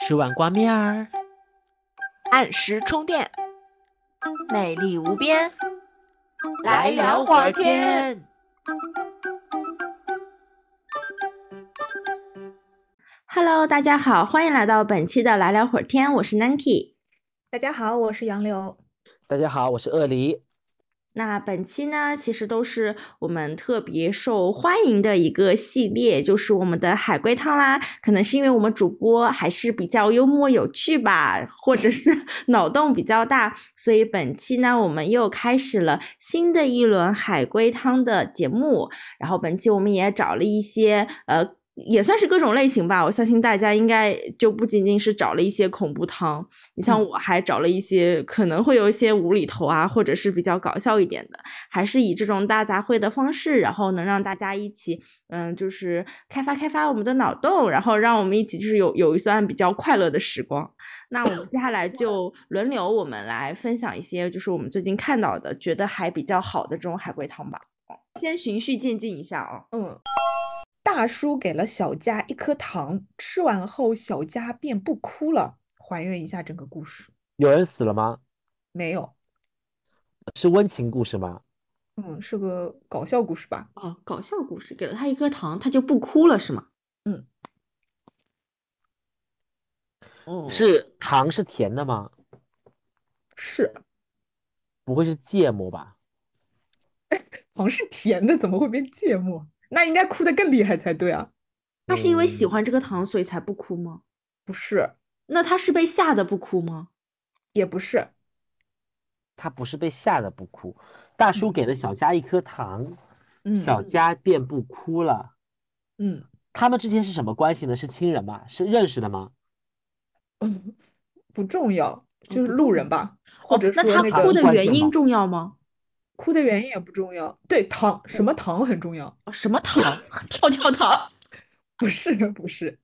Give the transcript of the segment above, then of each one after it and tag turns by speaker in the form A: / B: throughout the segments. A: 吃碗挂面儿，
B: 按时充电，魅力无边，
C: 来聊会儿天。
D: Hello，大家好，欢迎来到本期的来聊会儿天，我是 Nanki。
E: 大家好，我是杨柳。
C: 大家好，我是鳄梨。
D: 那本期呢，其实都是我们特别受欢迎的一个系列，就是我们的海龟汤啦。可能是因为我们主播还是比较幽默有趣吧，或者是 脑洞比较大，所以本期呢，我们又开始了新的一轮海龟汤的节目。然后本期我们也找了一些呃，也算是各种类型吧。我相信大家应该就不仅仅是找了一些恐怖汤，你像我还找了一些可能会有一些无厘头啊，或者是比较搞笑一点的，还是以这种大杂烩的方式，然后能让大家一起嗯，就是开发开发我们的脑洞，然后让我们一起就是有有一段比较快乐的时光。那我们接下来 就轮流我们来分享一些，就是我们最近看到的，觉得还比较好的这种海龟汤吧。哦先循序渐进一下哦。
E: 嗯，大叔给了小佳一颗糖，吃完后小佳便不哭了。还原一下整个故事，
C: 有人死了吗？
E: 没有，
C: 是温情故事吗？
E: 嗯，是个搞笑故事吧？
D: 哦，搞笑故事，给了他一颗糖，他就不哭了是吗？
A: 嗯
C: 是糖是甜的吗？
E: 是，
C: 不会是芥末吧？
E: 糖是甜的，怎么会变芥末？那应该哭得更厉害才对啊！
D: 他是因为喜
C: 嗯
D: 欢这个糖，所以才不哭吗？
E: 不是，
D: 那他是被吓得不哭吗？
E: 也不是，
C: 他不是被吓得不哭。大叔给了小佳一颗糖，
E: 嗯
C: 小佳便不哭了。
E: 嗯
C: 他们之间是什么关系呢？是亲人吗？是认识的吗？
E: 嗯，不重要，
D: 哦
E: 就是
D: 不
E: 路
D: 重
E: 人吧，或
D: 哦
E: 者
D: 那
E: 说
D: 他
E: 那
D: 哭
E: 个
D: 的
C: 关
D: 原
C: 键
D: 因
C: 吗
D: 重要吗？
E: 哭的原因也不重要。对，糖什么糖很重要？
D: 哦什么糖？ 跳跳糖？
E: 不是，不是，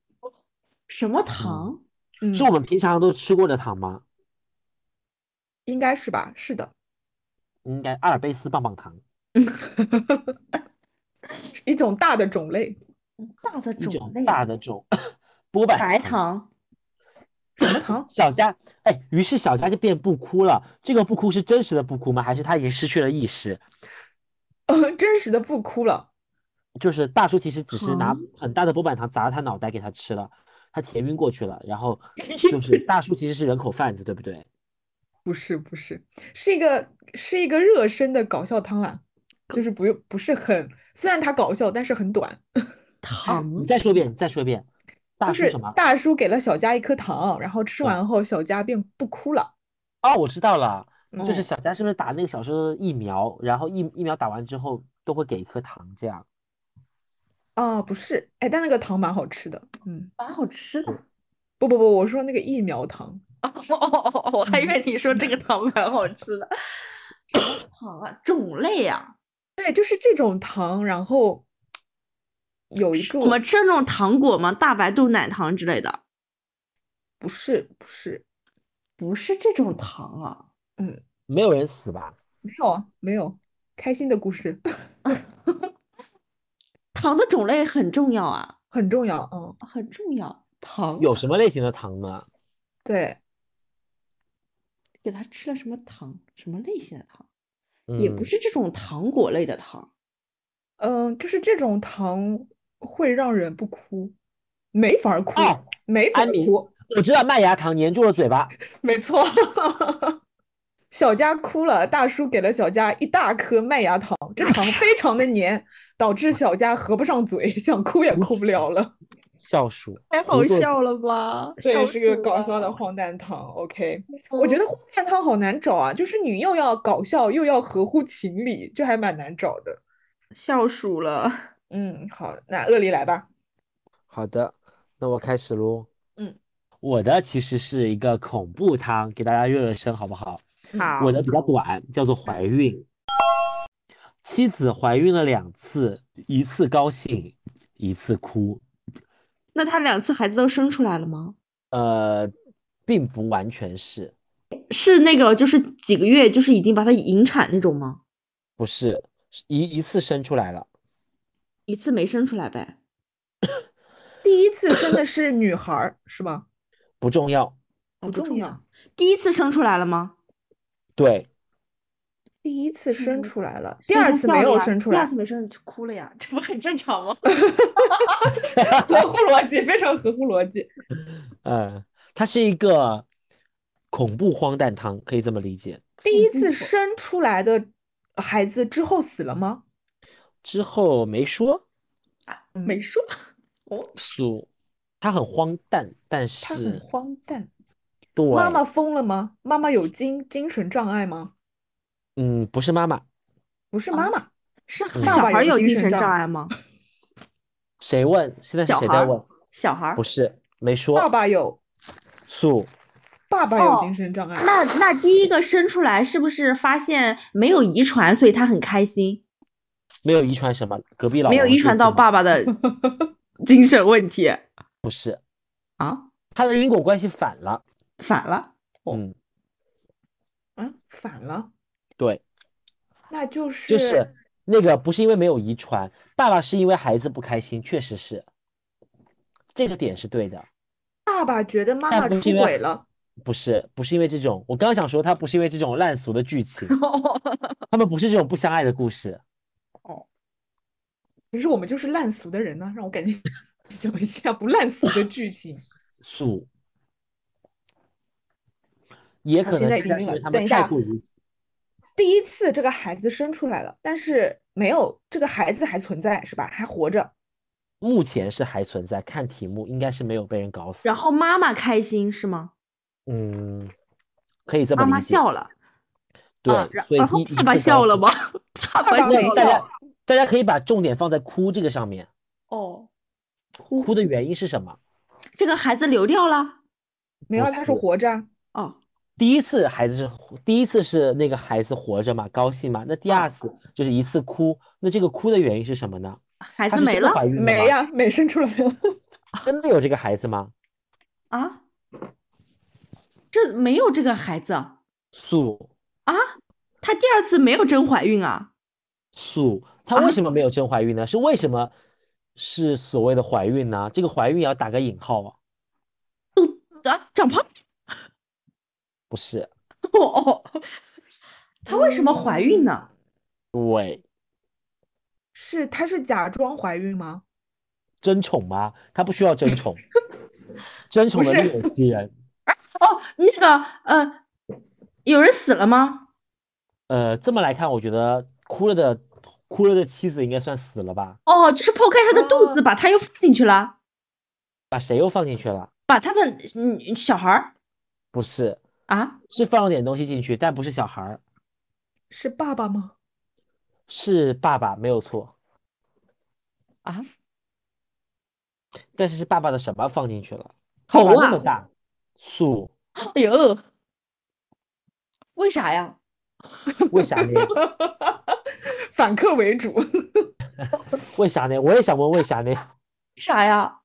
D: 什么糖？
E: 嗯，
C: 是我们平常都吃过的糖吗？
E: 应该是吧？是的，
C: 应该阿尔卑斯棒棒糖，
E: 是一种大的种类。
D: 哦大的
C: 一种
D: 种类，
C: 大的嗯种 波板
D: 白糖。
E: 什么糖？
C: 小佳，哎，于是小佳就变不哭了。这个不哭是真实的不哭吗？还是他已经失去了意识？
E: 呃， 真实的不哭了。
C: 就是大叔其实只是拿
D: 糖
C: 很大的波板糖砸了他脑袋给他吃了，他甜晕过去了。然 后就是大叔其实是人口贩子，对不对？
E: 不是不是，是一个是一个热身的搞笑汤啦，就是不用不是很，虽然它搞笑，但是很短。
D: 糖
C: 你再说一遍，你再说一遍，大
E: 就
C: 叔
E: 是
C: 什么？
E: 大叔给了小佳一颗糖，然后吃
C: 对
E: 完后小佳便不哭了。
C: 哦，我知道了，就是
D: 嗯
C: 小佳是不是打那个小时候的疫苗，然后疫疫苗打完之后都会给一颗糖这样？
E: 啊，不是，哎，但那个糖蛮好吃的。嗯，
D: 蛮好吃的。
E: 不不不，我说那个疫苗糖，
D: 哦哦哦！我还以为你说这个糖蛮好吃的。什么糖啊？种类啊？
E: 对，就是这种糖，然后有一
D: 是
E: 个
D: 我们吃的那种糖果吗？大白兔奶糖之类的？
E: 不是不是，
D: 不是这种糖啊。
E: 嗯，
C: 没有人死吧？
E: 没有啊没有，开心的故事
D: 糖的种类很重要啊，
E: 很重要。嗯，
D: 很重要。糖
C: 有什么类型的糖呢？
E: 对。
D: 给他吃了什么糖？什么类型的糖？
C: 嗯，
D: 也不是这种糖果类的糖。
E: 嗯，就是这种糖会让人不哭，没法儿哭，
C: 哦
E: 没法
C: 安
E: 儿
C: 眠
E: 哭，
C: 我知道麦芽糖粘住了嘴巴。
E: 没错。 小佳哭了，大叔给了小佳一大颗麦芽糖，这糖非常的黏，导致小佳合不上嘴， 想哭也哭不了了。
C: 笑鼠，
D: 太
C: 胡作
D: 了吧
E: 这也是个搞笑的荒诞糖，OK。我
C: 嗯
E: 觉得荒诞糖好难找啊，就是你又要搞笑，又要合乎情理，就还蛮难找的。
D: 笑鼠了。
E: 嗯，好，那鳄梨来吧。
C: 好的，那我开始喽。
E: 嗯，
C: 我的其实是一个恐怖汤，给大家热热身，好不好？
D: 好
C: 我的比较短，叫做怀孕。妻子怀孕了两次，一次高兴，一次哭。
D: 那他两次孩子都生出来了吗？
C: 呃，并不完全是，
D: 是那个，就是几个月，就是已经把他引产那种吗？
C: 不是，是一一次生出来了，
D: 一次没生出来呗？
E: 第一次生的是女孩儿，是吧？
C: 不重要。
E: 不
D: 重
E: 重
D: 要
E: 要。
D: 第一次生出来了吗？
C: 对，
E: 第一次生出来了，
D: 所
E: 第
D: 以
E: 二
D: 他
E: 次
D: 笑
E: 没
D: 了
E: 有
D: 呀
E: 嗯生出啊
D: 第
E: 来
D: 二，次没生就哭了呀，这不很正常 吗？
E: 合乎逻辑，非常合乎逻辑。
C: 嗯，它是一个恐怖荒诞汤，可以这么理解。
E: 第一
D: 恐
E: 次
D: 怖
E: 生出来的孩子之后死了吗？
C: 之后没说
D: 啊
B: 没说，
D: 哦
C: 鼠，它很荒诞，但
E: 他
C: 是
E: 很荒诞。
C: 对，
E: 妈妈疯了吗？妈妈有精精神障碍吗？
C: 嗯，不是妈妈，
E: 不是妈妈，
D: 是
C: 嗯
D: 小
E: 爸爸
D: 孩儿
E: 有
D: 有
E: 精
D: 精
E: 神
D: 神
E: 障
D: 障
E: 碍
D: 碍 吗？
C: 谁问？现在是
D: 小
C: 谁
D: 孩
C: 在
D: 儿
C: 问？
D: 小孩儿
C: 不是，没说
E: 爸爸有，
C: 鼠，
E: 爸爸有
D: 哦
E: 精神障碍。
D: 那那第一个生出来是不是发现没有遗传，所以他很开心，
C: 没有遗传什么，隔壁老
D: 没有
C: 王
D: 遗
C: 就
D: 传
C: 是
D: 到爸 爸的精神问题
C: 不是，
D: 啊？
C: 它的因果关系反了。
D: 反了，
C: 嗯，
E: 嗯，反了，
C: 对，
E: 那就
C: 就是那个不是因为没有遗传，爸爸是因为孩子不开心，确实是，这个点是对的。
E: 爸爸觉得妈
C: 但
E: 妈
C: 不是
E: 出
C: 因为
E: 轨了，
C: 不是，不是因为这种，我刚想说，它不是因为这种烂俗的剧 情，他们不是这种不相爱的故事。
E: 可是我们就是烂俗的人呢、让我赶紧 想一下不烂俗的剧情。
C: 素，也
E: 好
C: 可
E: 现
C: 能
E: 在
C: 是
E: 已
C: 因
E: 经
C: 为
E: 有
C: 他
E: 等
C: 们
E: 一
C: 太
E: 下
C: 过于
E: 第一次这个孩子生出来了，但是没有这个孩子还存在是吧？还活着。
C: 目前是还存在，看题目应该是没有被人搞死。
D: 然后妈妈开心是吗？
C: 嗯，可以这么
D: 妈
C: 理
D: 妈
C: 解。
D: 笑了，
C: 对
D: 啊，然
C: 所以
D: 然后
C: 一一
D: 爸爸
C: 次
D: 笑
C: 高
D: 了
C: 兴
D: 吗？爸爸
E: 爸爸
D: 笑
E: 没
C: 大
D: 了，
C: 家大家可以把重点放在哭这个上面，
B: 哦，
C: 哭的原因是什么？
D: 这个孩子流掉了
E: 没有，他是
C: 是
E: 活着啊。
D: 哦，
C: 第一次孩子是活第一次是那个孩子活着嘛，高兴嘛。那第二
D: 啊
C: 次就是一次哭，那这个哭的原因是什么呢？
D: 孩
C: 她
D: 子
C: 是
D: 没
C: 真的
D: 了
C: 怀孕了
E: 没
C: 吗？
E: 呀、没生出来了。
C: 真的有这个孩子吗？
D: 啊？这没有这个孩子
C: 素
D: 她第二次没有真怀孕啊？
C: 素，她为什么没有真怀孕呢？是为什么是所谓的怀孕呢？这个怀孕也要打个引号啊，
D: 啊，长胖
C: 不是？
D: 哦，她为什么怀孕呢？
C: 对，
E: 是，她是假装怀孕吗？
C: 争宠吗？她不需要争 宠，争宠的
E: 是
C: 另有其人。
D: 哦，那个呃，有人死了吗？
C: 呃，这么来看，我觉得哭了的哭了的妻子应该算死了吧？
D: 哦，就是剖开她的肚子，
E: 哦
D: 把她又放进去了，
C: 把谁又放进去了？
D: 把她的嗯小孩儿
C: 不是，
D: 啊，
C: 是放了点东西进去，但不是小孩儿，
E: 是爸爸吗？
C: 是爸爸，没有错
D: 啊。
C: 但是是爸爸的什么放进去了？
D: 头
C: 爸爸那
D: 啊
C: 么大，素，
D: 哎呦，为啥呀？
C: 为啥呢？
E: 反客为主，
C: 为啥呢？我也想问为啥呢？
D: 为啥呀？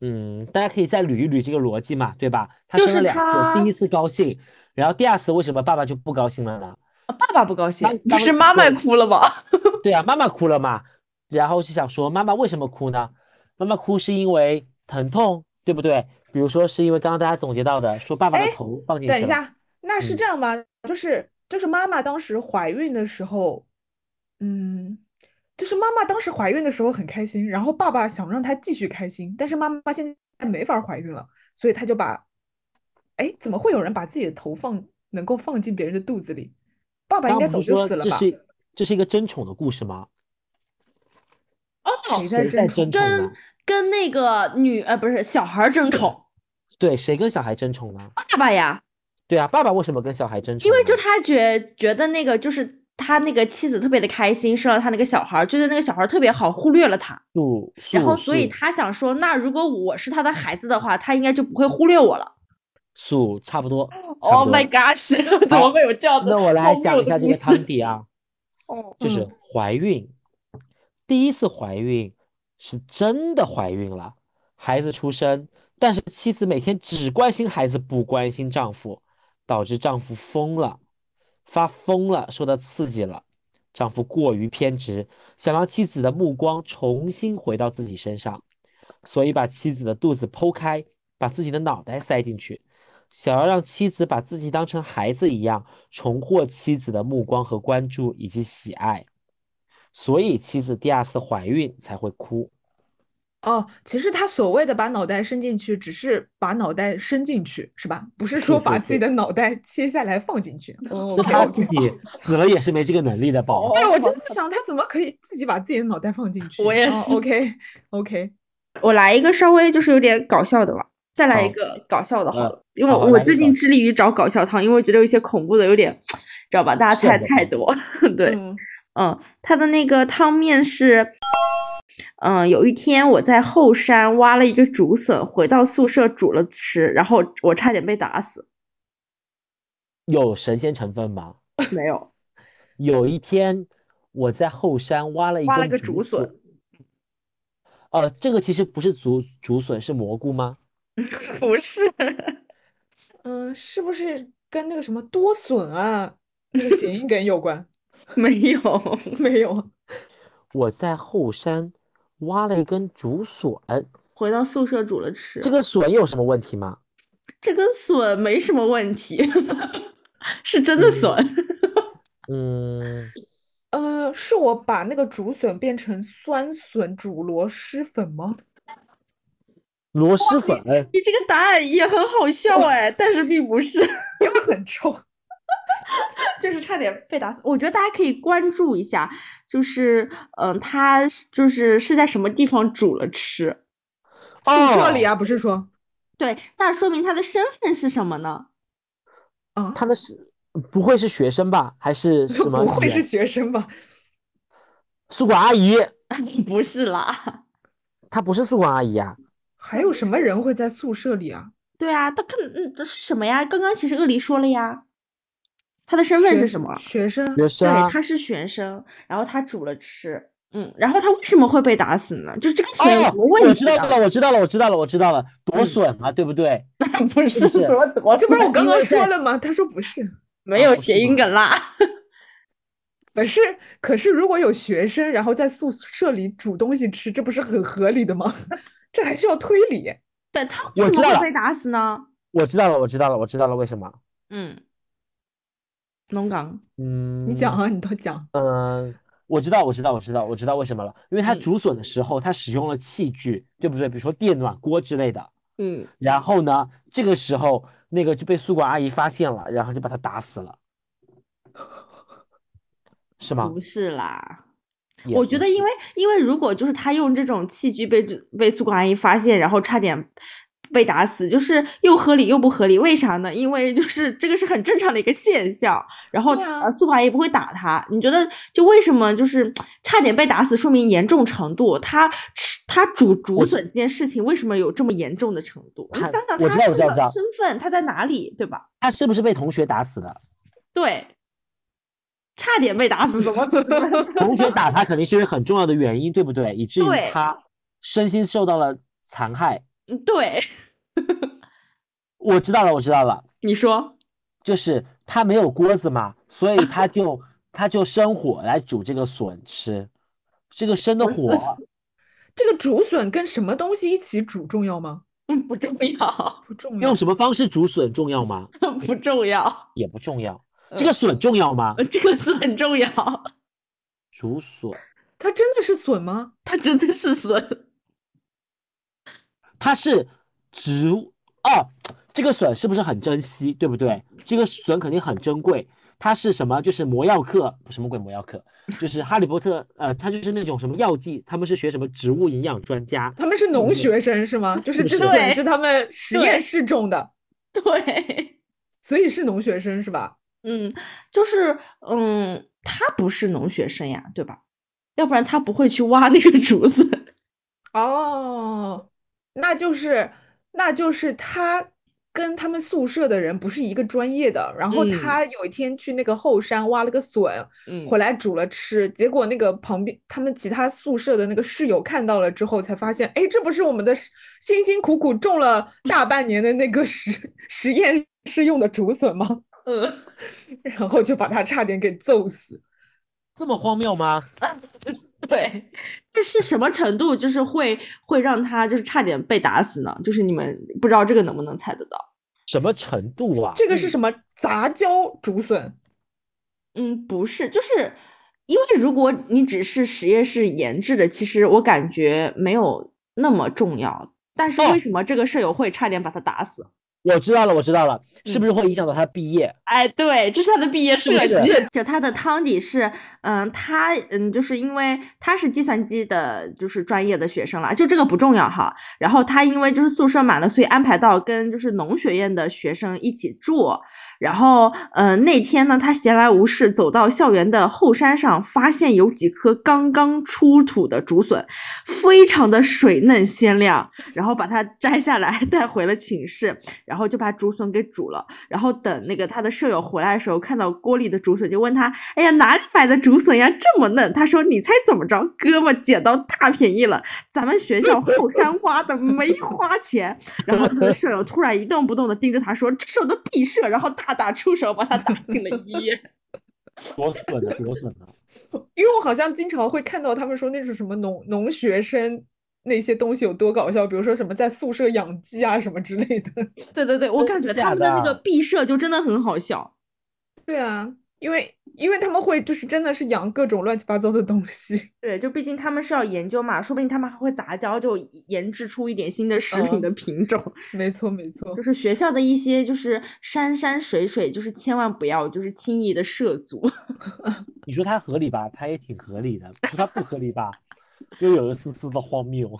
C: 嗯，大家可以再捋一捋这个逻辑嘛，对吧？他
D: 就
C: 生了两
D: 是
C: 次，
D: 他
C: 第一次高兴，然后第二次为什么爸爸就不高兴了呢？
D: 爸爸不高兴
C: 妈，
D: 不是妈妈哭了吗？
C: 对啊，妈妈哭了嘛，然后就想说妈妈为什么哭呢？妈妈哭是因为疼痛，对不对？比如说是因为刚刚大家总结到的，说爸爸的
E: 哎
C: 头放进
E: 等一
C: 去了，
E: 下，那是
C: 嗯
E: 这样吗？就是就是妈妈当时怀孕的时候，嗯，就是妈妈当时怀孕的时候很开心，然后爸爸想让她继续开心，但是妈妈现在没法怀孕了，所以他就把，哎，怎么会有人把自己的头放能够放进别人的肚子里？爸爸应
C: 刚
E: 该
C: 刚不
E: 早
C: 是
E: 就
C: 说
E: 死了
C: 这
E: 吧？
C: 是这是一个争宠的故事吗？
E: 谁在
C: 谁在争宠
E: 争宠？
D: 跟
C: 呢？
D: 跟那个女呃不是小孩儿 争宠，
C: 对，谁跟小孩争宠呢？
D: 爸爸呀，
C: 对啊，爸爸为什么跟小孩争宠
D: 因
C: 呢？
D: 为
B: 嗯
D: 就他觉觉得那个就是他那个妻子特别的开心，生了他那个小孩儿，就是那个小孩儿特别好，忽略了他，
C: 素
D: 然后
C: 素
D: 所以
C: 素
D: 他想说，那如果我是他的孩子的话，他应该就不会忽略我了。
C: 素差不多。 差
B: Oh
C: 不
B: my
C: 多
B: gosh！怎么会有这样的
C: 那我来讲一下这个
B: 汤
C: 汤底啊，
B: 哦，
D: 嗯
C: 就是怀孕，第一次怀孕是真的怀孕了，孩子出生，但是妻子每天只关心孩子，不关心丈夫，导致丈夫疯了，发疯了，受到刺激了，丈夫过于偏执，想让妻子的目光重新回到自己身上，所以把妻子的肚子剖开，把自己的脑袋塞进去，想要让妻子把自己当成孩子一样，重获妻子的目光和关注以及喜爱，所以妻子第二次怀孕才会哭。
E: 哦，其实他所谓的把脑袋伸进去，只是把脑袋伸进去，是吧？不是说
C: 对
E: 把
C: 对
E: 自己的脑袋切下来放进去。
C: 那他自己死了也是没这个能力的，宝宝。
D: 哦
E: 哎，我真的想，他怎么可以自己把自己的脑袋放进去？
B: 我也
E: 哦
B: 是
E: OK OK，
D: 我来一个稍微就是有点搞笑的吧，再来一
C: 好
D: 个搞笑的好
C: 嗯
D: 了，因为
C: 好好
D: 我
C: 来
D: 最
C: 一个
D: 近致力于找搞笑汤，因为我觉得有一些恐怖的有点，知道吧？大家
C: 是
D: 太
C: 的
D: 太多， 对，
E: 嗯
D: 嗯，它的那个汤面是，嗯，有一天我在后山挖了一个竹笋，回到宿舍煮了吃，然后我差点被打死。
C: 有神仙成分吗？
D: 没有，
C: 有一天，我在后山挖了一
D: 挖了
C: 根
D: 个
C: 竹
D: 竹笋
C: 笋。呃，这个其实不是竹竹笋，是蘑菇吗？
D: 不是，
E: 嗯，是不是跟那个什么多笋啊那个谐音梗有关？
D: 没有，
E: 没有，啊
C: 我在后山挖了一根竹笋，
D: 回到宿舍煮了吃。
C: 这个笋有什么问题吗？
D: 这根笋没什么问题， 是真的笋。
C: 嗯，
E: 呃，是我把那个竹笋变成酸笋煮螺蛳粉吗？
C: 螺蛳粉，
D: 你这个答案也很好笑哎，但是并不是，
E: 因为很臭。
D: 就是差点被打死。我觉得大家可以关注一下，就是嗯，他是就是是在什么地方煮了吃。
E: 宿舍里
C: 哦，
E: 啊，不是说
D: 对，那说明他的身份是什么呢？
E: 啊，
C: 哦他们是不会是学生吧？还是啊什么
E: 不会是
C: 人
E: 学生吧？
C: 宿管阿姨？
D: 不是啦，
C: 她不是宿管阿姨啊？
E: 还有什么人会在宿舍里啊？
D: 对啊，他看嗯这是什么呀？刚刚其实鳄梨说了呀，他的身份
E: 学
D: 是什么？
E: 学生
C: 学生
D: 对
C: 啊，？
D: 他是学生，然后他煮了吃，嗯，然后他为什么会被打死呢？就是这个
C: 哦，
D: 钱有什么问
C: 我
D: 题
C: 知道
D: 啊
C: 了，我知道了，我知道了，我知道
E: 嗯
C: 了，夺笋嘛，对不对？
D: 不 是
C: 是
D: 么我
E: 这不是我刚
C: 因
E: 刚
C: 为
E: 说
C: 在
E: 了吗？他说不是，
D: 没有
C: 不是
D: 谐音
C: 吗
D: 梗啦，
E: 可是可是如果有学生然后在宿舍里煮东西吃，这不是很合理的吗？ 这还需要推理？
D: 为
C: 我
D: 什
C: 知
D: 么
C: 道了
D: 会被打死呢？
C: 我知道了，我知道了，我知道了，为什么？
D: 嗯，龙岗
C: 嗯，
E: 你讲啊，你都讲。
C: 嗯，我知道，我知道，我知道，我知道为什么了，因为它
D: 嗯
C: 竹笋的时候，它使用了器具，对不对？比如说电暖锅之类的。
D: 嗯，
C: 然后呢，这个时候那个就被宿管阿姨发现了，然后就把他打死 了，是吗？
D: 不是啦。
C: 也
D: 我觉
C: 不
D: 得，
C: 是
D: 因为因为如果就是他用这种器具被这被宿管阿姨发现，然后差点被打死，就是又合理又不合理。为啥呢？因为就是这个是很正常的一个现象。然后、
E: 对啊
D: 呃，宿管阿姨不会打他。你觉得就为什么就是差点被打死，说明严重程度？他吃他煮竹
C: 我知
D: 笋这件事情为什么有这么严重的程度？你
C: 他
D: 想想
C: 我
D: 他
C: 知道我
D: 是
C: 知道
D: 个
C: 我知道
D: 身份，他在哪里，对吧？
C: 他是不是被同学打死的？
D: 对，差点被打死，怎 么
C: 同学打他肯定是因为很重要的原因，对不对？以至于
D: 对
C: 他身心受到了残害。
D: 对？
C: 我知道了，我知道了。
D: 你说
C: 就是他没有锅子嘛，所以他就他就生火来煮这个笋吃，这个生的
E: 不是
C: 火
E: 这个竹笋跟什么东西一起煮重要吗？
D: 嗯不重要。
E: 不重要
C: 用。什么方式煮笋重要吗？
D: 不重要，
C: 也不重要。
E: 呃
C: 这个笋重要吗？
D: 这个是很重要，
C: 煮笋，
E: 它真的是笋吗？
D: 它真的是笋，
C: 它是植物哦，这个笋是不是很珍惜，对不对？这个笋肯定很珍贵。它是什么？就是魔药课，什么鬼魔药课？就是哈利波特，呃，他就是那种什么药剂，他们是学什么植物营养专家，
E: 他们是农学生嗯是吗？就是
C: 不
E: 这
C: 是
E: 笋是他们实
D: 对
E: 验室种的，
D: 对，
E: 所以是农学生是吧？
D: 嗯，就是嗯，他不是农学生呀，对吧？要不然他不会去挖那个竹笋，
E: 哦，那就是那就是他跟他们宿舍的人不是一个专业的，然后
D: 嗯
E: 他有一天去那个后山挖了个笋，
D: 嗯
E: 回来煮了吃，结果那个旁边他们其他宿舍的那个室友看到了之后，才发现，哎，这不是我们的辛辛苦苦种了大半年的那个实实验室用的竹笋吗？
D: 嗯，
E: 然后就把他差点给揍死。
C: 这么荒谬吗？
D: 对， 这是什么程度？就是会会让他就是差点被打死呢？就是你们不知道这个能不能猜得到？
C: 什么程度啊？
E: 这个是什么杂交竹笋？
D: 嗯，不是，就是因为如果你只是实验室研制的，其实我感觉没有那么重要。但是
C: 哦
D: 为什么这个舍友会差点把他打死？
C: 我知道了，我知道了，是不是会影响到他毕业？
D: 哎，对，这是他的毕业设
C: 是不是
D: 计。 就他的汤底是，嗯，他嗯，就是因为他是计算机的，就是专业的学生啦，就这个不重要哈。然后他因为就是宿舍满了，所以安排到跟就是农学院的学生一起住。然后，嗯，那天呢，他闲来无事，走到校园的后山上，发现有几颗刚刚出土的竹笋，非常的水嫩鲜亮，然后把它摘下来 带回了寝室，然后就把竹笋给煮了。然后等那个他的舍友回来的时候，看到锅里的竹笋，就问他：“哎呀，哪里买的竹笋呀？这么嫩？”他说：“你猜怎么着？哥们捡到大便宜了，咱们学校后山挖的，没花钱。”然后他的舍友突然一动不动的盯着他说：“这是我的毕设。”然后大打出手，把他打进了医院。
C: 多损的，多损的。
E: 因为我好像经常会看到他们说那是什么农农学生那些东西有多搞笑，比如说什么在宿舍养鸡啊什么之类的。
D: 对对对，我感觉
C: 假
D: 他们的那
C: 的
D: 个毕设就真的很好笑。
E: 对啊，因为因为他们会就是真的是养各种乱七八糟的东西。
D: 对，就毕竟他们是要研究嘛，说不定他们还会杂交，就研制出一点新的食品
E: 嗯
D: 的品种。
E: 没错，没错
D: 就。是学校的一些就是山山水水，就是千万不要就是轻易的涉足。
C: 你说它合理吧，它也挺合理的；说它不合理吧，又有一丝丝的荒谬。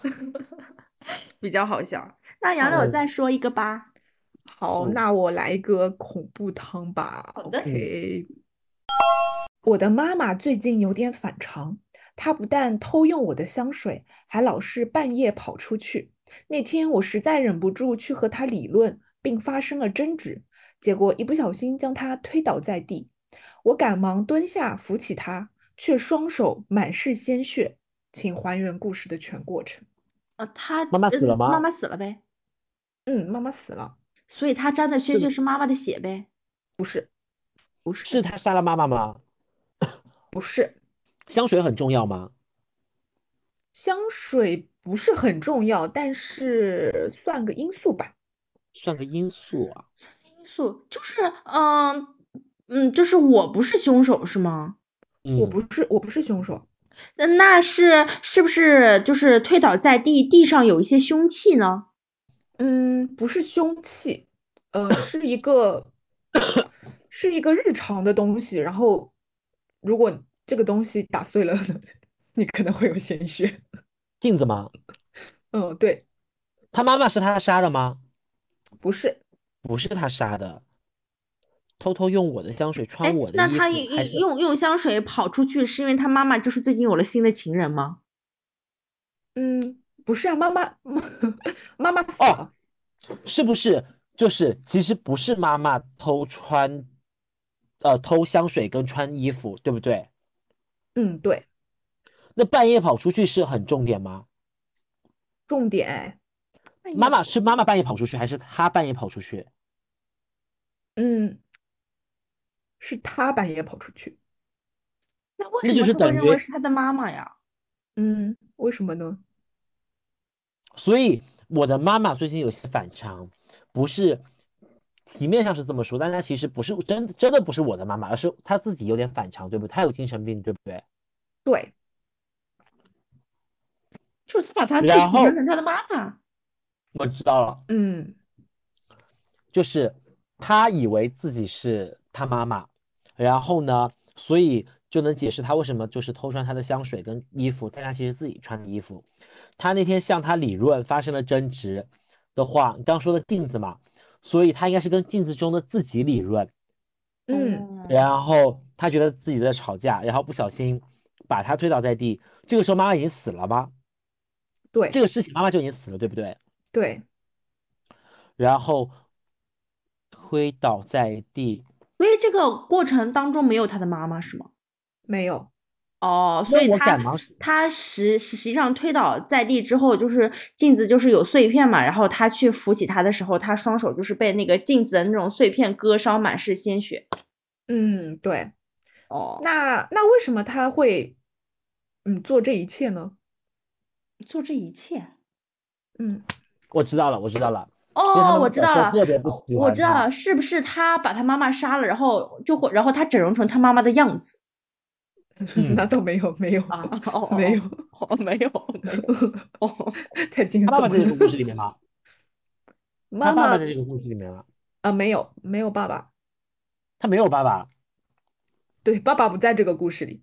D: 比较好笑。那杨柳
C: 好
D: 再说一个吧。
E: 好，
C: 是
E: 那我来一个恐怖汤吧。
D: 好的
E: OK，我的妈妈最近有点反常，她不但偷用我的香水，还老是半夜跑出去。那天我实在忍不住去和她理论，并发生了争执，结果一不小心将她推倒在地。我赶忙蹲下扶起她，却双手满是鲜血。请还原故事的全过程。
D: 呃，他
C: 妈妈死
D: 嗯
C: 了吗
D: 妈妈死了呗，
E: 嗯，妈妈死了，
D: 所以他沾的鲜
C: 这
D: 血
C: 个
D: 是妈妈的血呗。
E: 不是，
D: 不是，
C: 是他杀了妈妈吗？
E: 不是。
C: 香水很重要吗？
E: 香水不是很重要，但是算个因素吧。
C: 算个因素啊。
D: 因素就是，嗯、嗯，就是我不是凶手是吗？
E: 我
C: 嗯
E: 不是，我不是凶手，
D: 那那是是不是就是推倒在地，地上有一些凶器呢？
E: 嗯，不是凶器，呃，是一个是一个日常的东西。然后，如果这个东西打碎了， 你可能会有鲜血。
C: 镜子吗？
E: 嗯，对，
C: 他妈妈是他杀的吗？
E: 不是，
C: 不是他杀的，偷偷用我的香水
D: 哎
C: 穿我，的
D: 那
C: 衣服，
D: 他
C: 还
D: 用
C: 是
D: 用用香水跑出去，是因为他妈妈就是最近有了新的情人吗？
E: 嗯，不是啊，妈妈，妈妈妈死
C: 哦
E: 了，
C: 是不是就是其实不是妈妈偷穿，呃，偷香水跟穿衣服，对不对？
E: 嗯，对，
C: 那半夜跑出去是很重点吗？
E: 重点哎，
C: 妈妈是妈妈半夜跑出去，还是他半夜跑出去？
E: 嗯，是他半夜跑出去，
D: 那为
C: 那
D: 什
C: 就
D: 么
C: 是
D: 他会
C: 等
D: 认为
C: 于
D: 是他的妈妈呀？
E: 嗯，为什么呢？
C: 所以我的妈妈最近有些反常，不是题面上是这么说，但她其实不是真真的不是我的妈妈，而是她自己有点反常，对不对？她有精神病，对不对？
E: 对。
D: 就是他把他自己
C: 然后
D: 形容成他的妈妈。
C: 我知道了，
E: 嗯
C: 就是她以为自己是她妈妈，然后呢，所以就能解释她为什么就是偷穿她的香水跟衣服，但她其实自己穿的衣服。她那天向她理论发生了争执的话，你刚说的镜子嘛，所以她应该是跟镜子中的自己理论。
E: 嗯，
D: 哦，
C: 然后他觉得自己在吵架，然后不小心把他推倒在地。这个时候妈妈已经死了吗？
E: 对
C: 这个事情妈妈就已经死了，对不对？
E: 对，
C: 然后推倒在地，
D: 所以这个过程当中没有他的妈妈是吗？
E: 没有，
D: 哦，所
C: 那
D: 以
C: 我
D: 他
C: 赶忙
D: 他实实际上推倒在地之后，就是镜子就是有碎片嘛，然后他去扶起他的时候，他双手就是被那个镜子的那种碎片割伤，满是鲜血。
E: 嗯，对。
D: 哦，
E: 那那为什么他会嗯做这一切呢？
D: 做这一切。
E: 嗯，
C: 我知道了，我知道了，因为他
D: 哦，
C: 们
D: 我知
C: 小
D: 道
C: 时候
D: 了，
C: 特别不喜
D: 我
C: 欢
D: 知道
C: 他
D: 了，是不是他把他妈妈杀了，然后就会，然后他整容成他妈妈的样子？
C: 嗯
E: 那倒没有，没有，
B: 哦
E: 没有，
B: 哦，没有，没有，哦，
E: 太惊
C: 他爸爸在这
E: 悚
C: 个
E: 了。
C: 故事里面吗？他
E: 妈
C: 爸爸
E: 妈
C: 在这个故事里面吗？
E: 啊，没有，没有爸爸，
C: 他没有爸爸。
E: 对，爸爸不在这个故事里。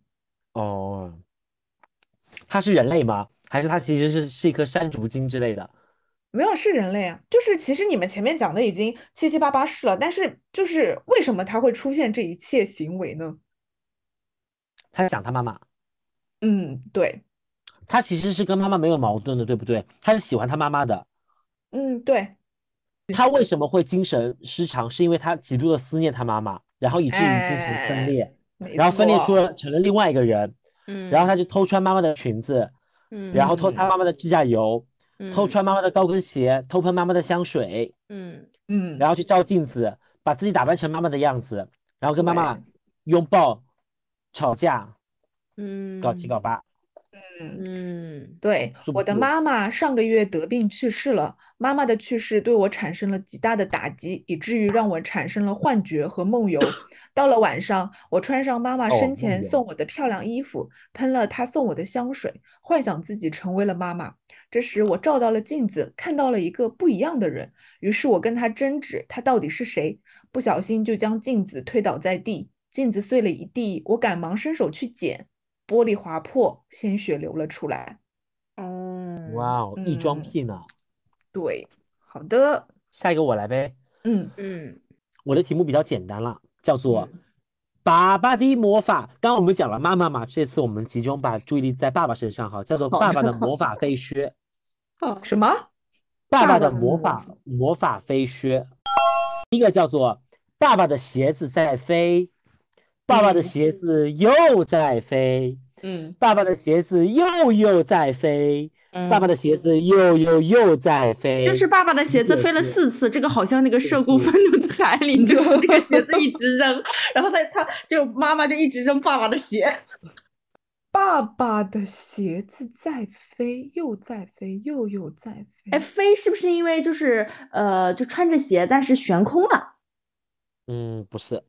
C: 哦，他是人类吗？还是他其实是是一颗山竹精之类的？
E: 没有，是人类啊，就是其实你们前面讲的已经七七八八是了，但是就是为什么他会出现这一切行为呢？
C: 他想他妈妈，
E: 嗯，对，
C: 他其实是跟妈妈没有矛盾的，对不对？他是喜欢他妈妈的。
E: 嗯，对，
C: 他为什么会精神失常？是因为他极度的思念他妈妈，然后以至于精神分裂，
E: 哎没
C: 然后分裂出
E: 错，
C: 了成了另外一个人，
B: 嗯，
C: 然后他就偷穿妈妈的裙子，
B: 嗯，
C: 然后偷擦妈妈的指甲油，偷
B: 嗯，
C: 穿妈妈的高跟鞋，偷喷妈妈的香水，
B: 嗯，
E: 嗯，
C: 然后去照镜子，把自己打扮成妈妈的样子，然后跟妈妈
E: 对
C: 拥抱、吵架、
B: 嗯，
C: 搞七搞八。
E: 嗯，
B: 嗯，
E: 对，
C: 说
E: 我
C: 不
E: 的
C: 过
E: 妈妈上个月得病去世了，妈妈的去世对我产生了极大的打击，以至于让我产生了幻觉和梦游。到了晚上，我穿上妈妈
C: 哦
E: 生
C: 梦
E: 前
C: 游
E: 送我的漂亮衣服，喷了她送我的香水，幻想自己成为了妈妈。这时我照到了镜子，看到了一个不一样的人，于是我跟他争执，他到底是谁？不小心就将镜子推倒在地，镜子碎了一地，我赶忙伸手去捡，玻璃划破，鲜血流了出来。
B: 哦，
C: 哇，哦，异装
E: 嗯
C: 癖呢？
E: 对，好的，
C: 下一个我来呗。
E: 嗯，
B: 嗯，
C: 我的题目比较简单了，叫做
E: 嗯
C: “爸爸的魔法”。刚刚我们讲了妈妈嘛，这次我们集中把注意力在爸爸身上，哈，叫做“
B: 好
C: 爸爸的魔法飞靴
B: 好，
E: 什么？”。
C: 爸
D: 爸
C: 爸的
D: 爸的
C: 魔
D: 魔
C: 法魔法飞靴，一个叫做“爸爸的鞋子在飞”，爸爸的
E: 嗯
C: 鞋子又在飞，
E: 嗯
C: 爸爸的鞋子又又在飞，爸爸
B: 的
C: 的鞋子又又又在飞。
D: 嗯就是爸爸的鞋子飞了
C: 就是
D: 四次，这个好像那个麝
C: 就
D: 锅
C: 是
D: 喷到海里， 就是那个鞋子一直扔，然后在他就妈妈就一直扔爸爸的鞋。
E: 爸爸的鞋子在飞，又在飞，又又在
D: 哎，
E: 飞。
D: 飞是不是因为就是呃，就穿着鞋但是悬空了？
C: 嗯，不是，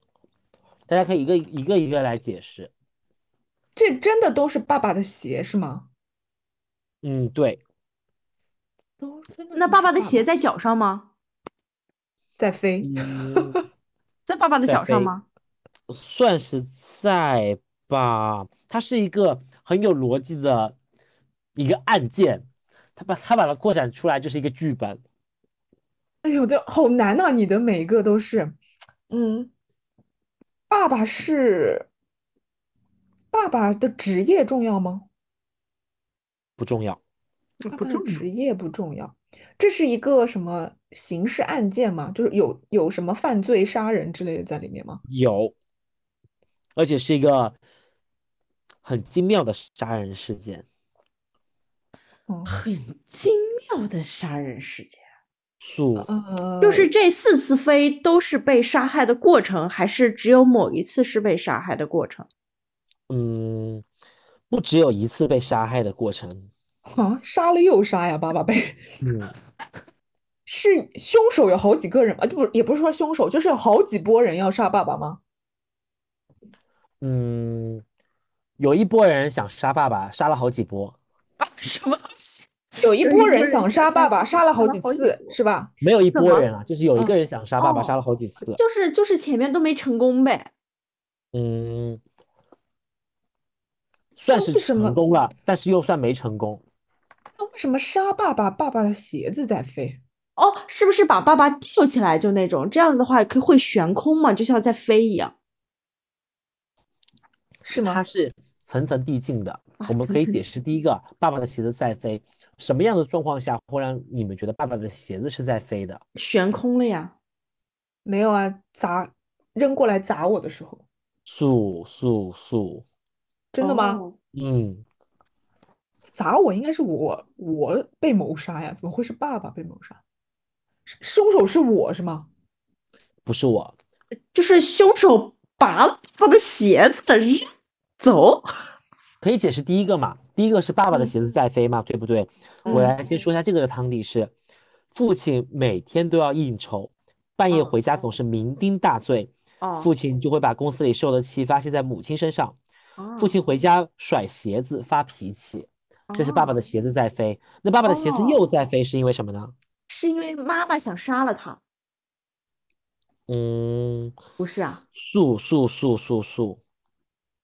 C: 大家可以一个一个一个来解释。
E: 这真的都是爸爸的鞋是吗？
C: 嗯，对，
E: 都真的
D: 那
E: 都
D: 爸
E: 是
D: 爸的鞋在
E: 鞋
D: 脚上吗？
E: 在飞。
C: 嗯，
D: 在爸爸的
C: 在
D: 脚上
C: 飞
D: 吗？
C: 算是在吧。它是一个很有逻辑的一个案件，它把它把它扩展出来就是一个剧本。
E: 哎呦，这好难呐、你的每一个都是，嗯，爸爸是爸爸的职业重要吗？
C: 不重要，
E: 爸
D: 不
E: 爸的
D: 重要
E: 职业不重要，这是一个什么刑事案件吗？就是有有什么犯罪、杀人之类的在里面吗？
C: 有，而且是一个很精妙的杀人事件。
E: 嗯，
D: 很精妙的杀人事件，嗯
C: 速，
E: 呃，
D: 就是这四次飞都是被杀害的过程，还是只有某一次是被杀害的过程？
C: 嗯，不只有一次被杀害的过程。
E: 啊，杀了又杀呀，爸爸呗。
C: 嗯，
E: 是凶手有好几个人吗？啊就不，也不是说凶手，就是有好几波人要杀爸爸吗？
C: 嗯，有一波人想杀爸爸，杀了好几波。
B: 什么东西？
E: 有一
D: 有一
E: 波
D: 波
E: 人
D: 人
E: 想
D: 想
E: 杀
D: 杀
E: 爸
D: 爸
E: 爸，
D: 爸
E: 杀了好
D: 杀了
E: 几
D: 好几
E: 次，
D: 波
E: 是吧？
C: 没有一波
D: 么
C: 人啊，就是有一个人想杀爸爸，杀了好几次。
D: 就是就是前面都没成功呗。
C: 嗯，算
E: 那
C: 是
E: 为什么
C: 成功了，但是又算没成功。
E: 那为什么杀爸爸，爸爸的鞋子在飞？
D: 哦，是不是把爸爸吊起来就那种？这样子的话可以会悬空嘛，就像在飞一样。
E: 是
C: 它
E: 吗？
C: 是层层递进的。
D: 啊
C: 我们
D: 层
C: 可以
D: 层
C: 解释第一个，爸爸的鞋子在飞，什么样的状况下会让你们觉得爸爸的鞋子是在飞的？
D: 悬空了呀！
E: 没有啊，砸，扔过来砸我的时候，
C: 速速速，
E: 真的吗？
D: 哦？
C: 嗯，
E: 砸我应该是我，我被谋杀呀，怎么会是爸爸被谋杀？是凶手是我是吗？
C: 不是我，
D: 就是凶手拔了他的鞋子扔走。
C: 可以解释第一个嘛？第一个是爸
D: 嗯
C: 爸的鞋子在飞嘛，对不对？我
E: 嗯
C: 来先说一下这个的汤底是，父亲每天都要应酬，半夜
D: 哦
C: 回家总是酩酊大醉，
D: 哦
C: 父亲就会把公司里受的气发泄在母亲身上，父
D: 哦
C: 亲回家甩鞋子发脾气，这是爸
D: 哦
C: 爸的鞋子在飞。那爸爸的鞋子
E: 哦
C: 又在飞是因为什么呢？
D: 是因为妈妈想杀了他，
C: 嗯，
D: 不是啊？
C: 素素素素素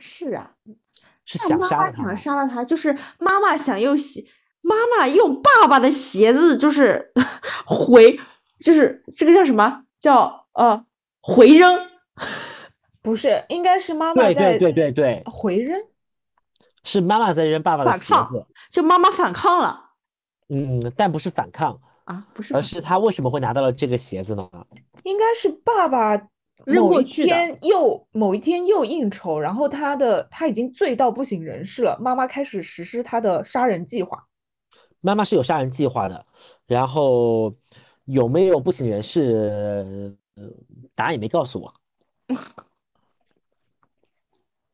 D: 是啊，
C: 是
D: 但
C: 想
D: 妈
C: 杀
D: 妈
C: 了他
D: 想
C: 吗。
D: 杀了他，就是妈妈想用鞋，妈妈用爸爸的鞋子，就是 回，就是这个叫什么叫呃回扔，
E: 不是，应该是妈妈
C: 对
E: 在
C: 对对对对，
E: 回扔。
C: 是妈妈在扔爸爸的
D: 哦反
C: 鞋
D: 抗
C: 子，
D: 就妈妈反抗了
C: 嗯，但不是反抗，
D: 啊，不是
C: 而
D: 反
C: 是他为什么会拿到了这个鞋子呢？
E: 应该是爸爸
D: 扔
E: 某
D: 过
E: 一
D: 去的
E: 天又某一天又应酬，然后他的他已经醉到不省人事了，妈妈开始实施他的杀人计划。
C: 妈妈是有杀人计划的，然后有没有不省人事，呃答案也没告诉我。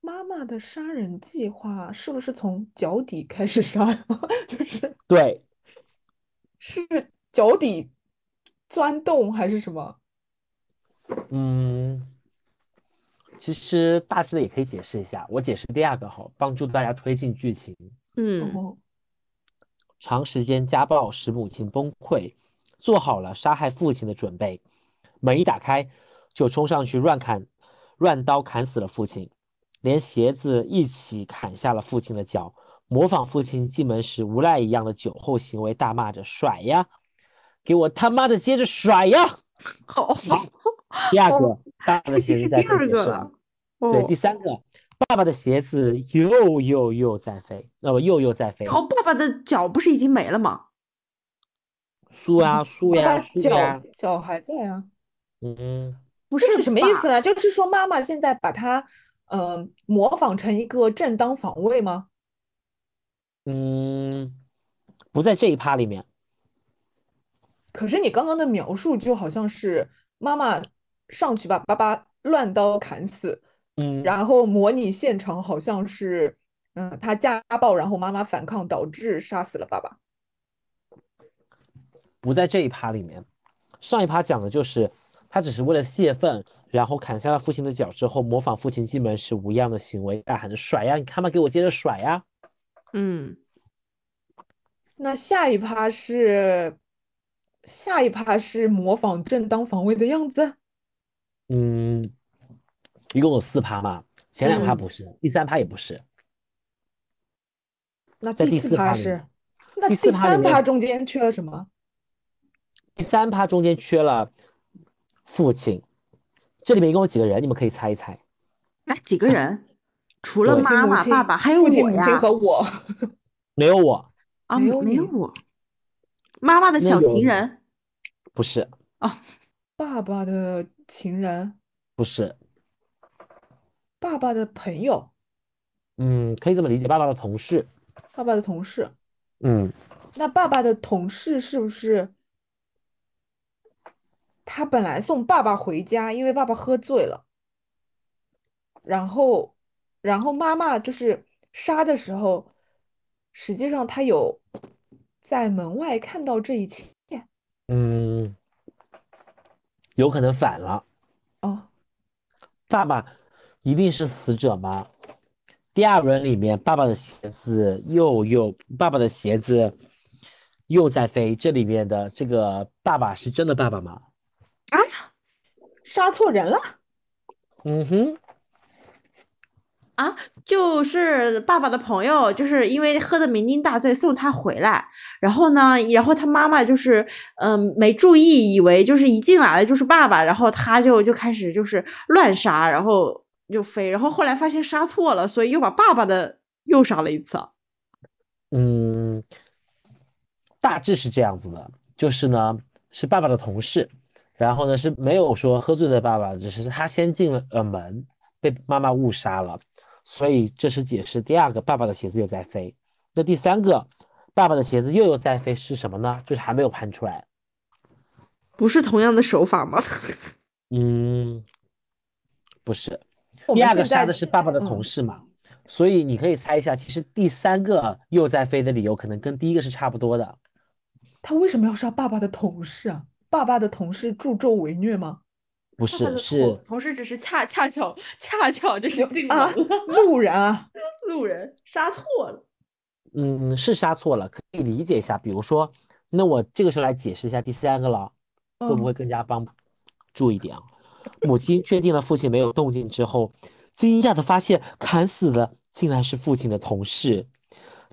E: 妈妈的杀人计划是不是从脚底开始杀？就是
C: 对，
E: 是脚底钻洞还是什么？
C: 嗯，其实大致的也可以解释一下，我解释第二个好，帮助大家推进剧情。
D: 嗯
E: 哦，
C: 长时间家暴使母亲崩溃，做好了杀害父亲的准备，门一打开就冲上去乱砍，乱刀砍死了父亲，连鞋子一起砍下了父亲的脚，模仿父亲进门时无赖一样的酒后行为，大骂着甩呀，给我他妈的接着甩呀！
D: 好，
C: 第二
D: 哦
C: 个，爸爸
D: 这
C: 的
D: 个
C: 鞋
D: 就
C: 子
D: 是
C: 在
D: 第
C: 飞
D: 二
C: 结
D: 个
C: 束
D: 了，
C: 对，
D: 哦
C: 第，三个，爸爸的鞋子又又又在飞，那么又又在飞
D: 然，后爸爸的脚不是已经没了吗？
C: 速呀速
E: 爸
C: 呀
E: 爸
C: 速
E: 脚
C: 呀，
E: 脚还在啊。
C: 嗯。
D: 不
E: 这是什么意
D: 吧
E: 思？呢？就是说妈妈现在把他，嗯、模仿成一个正当防卫吗？
C: 嗯，不在这一趴里面。
E: 可是你刚刚的描述就好像是妈妈上去把爸爸乱刀砍死，
C: 嗯，
E: 然后模拟现场好像是，嗯，他家暴，然后妈妈反抗导致杀死了爸爸。
C: 不在这一趴里面。上一趴讲的就是他只是为了泄愤，然后砍下了父亲的脚之后，模仿父亲进门时无样的行为，大喊着甩呀，你他妈给我接着甩呀！
D: 嗯，
E: 那下一趴是，下一趴是模仿正当防卫的样子。
C: 嗯，一共有四趴嘛，前两趴
E: 嗯
C: 不是，第三趴也不是，
E: 那
C: 在
E: 第
C: 第
E: 四
C: 四
E: 趴
C: 趴里
E: 是
C: 面，
E: 那
C: 第
E: 第
C: 四趴里
E: 三
C: 面
E: 趴中间缺了什么？
C: 第三趴中间缺了父亲。这里面一共有几个人？你们可以猜一猜。
D: 那哎几个人？除了
C: 对
E: 父亲
D: 妈
E: 母
D: 妈、爸
E: 亲
D: 爸，还有
E: 父亲
D: 我
E: 母亲
D: 呀！
E: 和我。
C: 没有我，
D: 啊，
E: 没有
D: 没有
E: 你
D: 我，妈妈的
C: 那
D: 小
C: 有
D: 情
C: 你
D: 人，
C: 不是，
E: 爸爸的情人，
C: 不是，
E: 爸爸的朋友，
C: 嗯，可以这么理解，爸爸的同事，
E: 爸爸的同事。
C: 嗯。
E: 那爸爸的同事是不是他本来送爸爸回家，因为爸爸喝醉了，然后，然后妈妈就是杀的时候，实际上他有在门外看到这一切。
C: 嗯，有可能反了。
E: 哦，
C: 爸爸一定是死者吗？第二轮里面，爸爸的鞋子又又，爸爸的鞋子又在飞。这里面的这个爸爸是真的爸爸吗？
E: 杀错人了。
C: 嗯哼，
D: 就是爸爸的朋友，就是因为喝的酩酊大醉送他回来，然后呢，然后他妈妈就是嗯、没注意，以为就是一进来了就是爸爸，然后他就就开始就是乱杀，然后就飞，然后后来发现杀错了，所以又把爸爸的又杀了一次啊。
C: 嗯，大致是这样子的，就是呢，是爸爸的同事，然后呢是没有说喝醉的爸爸，只是他先进了呃门，被妈妈误杀了，所以这是解释第二个爸爸的鞋子又在飞。那第三个，爸爸的鞋子又又在飞是什么呢？就是还没有判出来。
D: 不是同样的手法吗？
C: 嗯，不是，
E: 我
C: 第
E: 们
C: 二个
E: 现在
C: 杀的是爸爸的同
E: 嗯
C: 事嘛，所以你可以猜一下，其实第三个又在飞的理由可能跟第一个是差不多的。
E: 他为什么要杀爸爸的同事啊？爸爸的同事助纣为虐吗？
C: 不
D: 他
C: 是，
D: 的
C: 是
D: 同事只是恰恰巧恰巧就是进门
E: 啊
D: 了，
E: 路人啊，
D: 路人杀错了。
C: 嗯，是杀错了，可以理解一下。比如说，那我这个时候来解释一下第三个了，会
E: 嗯
C: 不会更加帮助一点啊？母亲确定了父亲没有动静之后，惊讶的发现砍死的竟然是父亲的同事。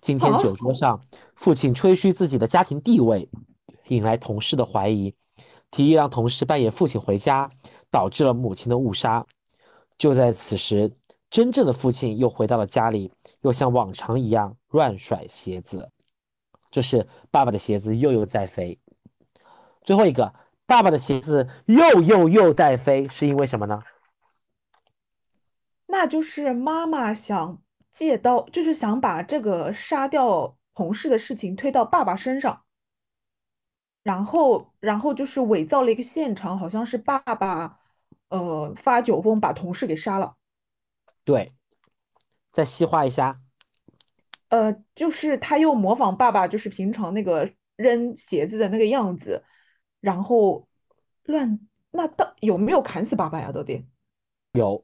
C: 今天
E: 啊
C: 酒桌上，父亲吹嘘自己的家庭地位，引来同事的怀疑，提议让同事扮演父亲回家，导致了母亲的误杀。就在此时，真正的父亲又回到了家里，又像往常一样乱甩鞋子。这是爸爸的鞋子又又在飞。最后一个，爸爸的鞋子又又又在飞，是因为什么呢？
E: 那就是妈妈想借刀，就是想把这个杀掉同事的事情推到爸爸身上，然后，然后就是伪造了一个现场，好像是爸爸，呃，发酒疯把同事给杀了。
C: 对，再细化一下，
E: 呃，就是他又模仿爸爸，就是平常那个扔鞋子的那个样子，然后乱，那到有没有砍死爸爸呀？到底？
C: 有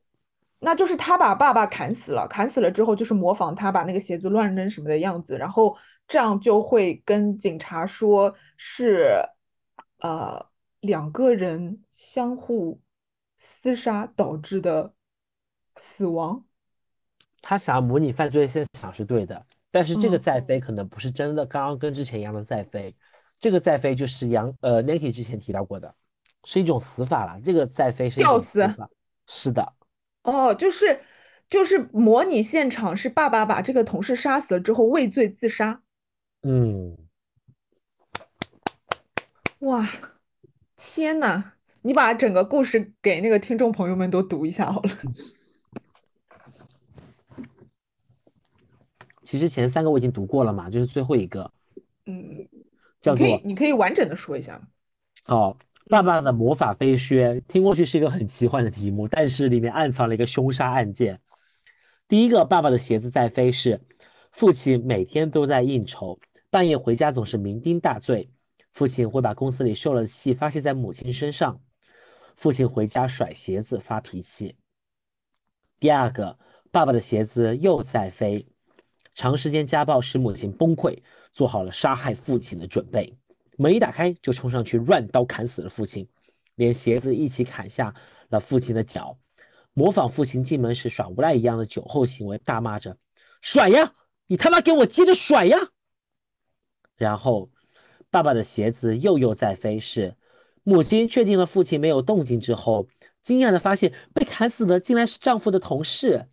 E: 那就是他把爸爸砍死了，砍死了之后就是模仿他把那个鞋子乱扔什么的样子，然后这样就会跟警察说是，呃，两个人相互厮杀导致的死亡。
C: 他想要模拟犯罪现场是对的，但是这个
E: 嗯
C: 在飞可能不是真的，刚刚跟之前一样的在飞，这个在飞就是杨呃 Nike 之前提到过的，是一种死法啦。这个在飞是一
E: 吊
C: 种
E: 死
C: 法，是的，
E: 哦，就是就是模拟现场是爸爸把这个同事杀死了之后畏罪自杀。
C: 嗯，
E: 哇，天呐，你把整个故事给那个听众朋友们都读一下好了。
C: 其实前三个我已经读过了嘛，就是最后一个
E: 嗯，你
C: 叫
E: 可
C: 做
E: 以你可以完整的说一下吗。
C: 好，爸爸哦的魔法飞靴听过去是一个很奇幻的题目，但是里面暗藏了一个凶杀案件。第一个，爸爸的鞋子在飞是，父亲每天都在应酬，半夜回家总是酩酊大醉，父亲会把公司里受了气发泄在母亲身上，父亲回家甩鞋子发脾气。第二个，爸爸的鞋子又在飞，长时间家暴使母亲崩溃，做好了杀害父亲的准备。门一打开就冲上去乱刀砍死了父亲，连鞋子一起砍下了父亲的脚，模仿父亲进门时耍无赖一样的酒后行为，大骂着：“甩呀！你他妈给我接着甩呀！”然后，爸爸的鞋子又又在飞是。母亲确定了父亲没有动静之后，惊讶的发现被砍死的竟然是丈夫的同事。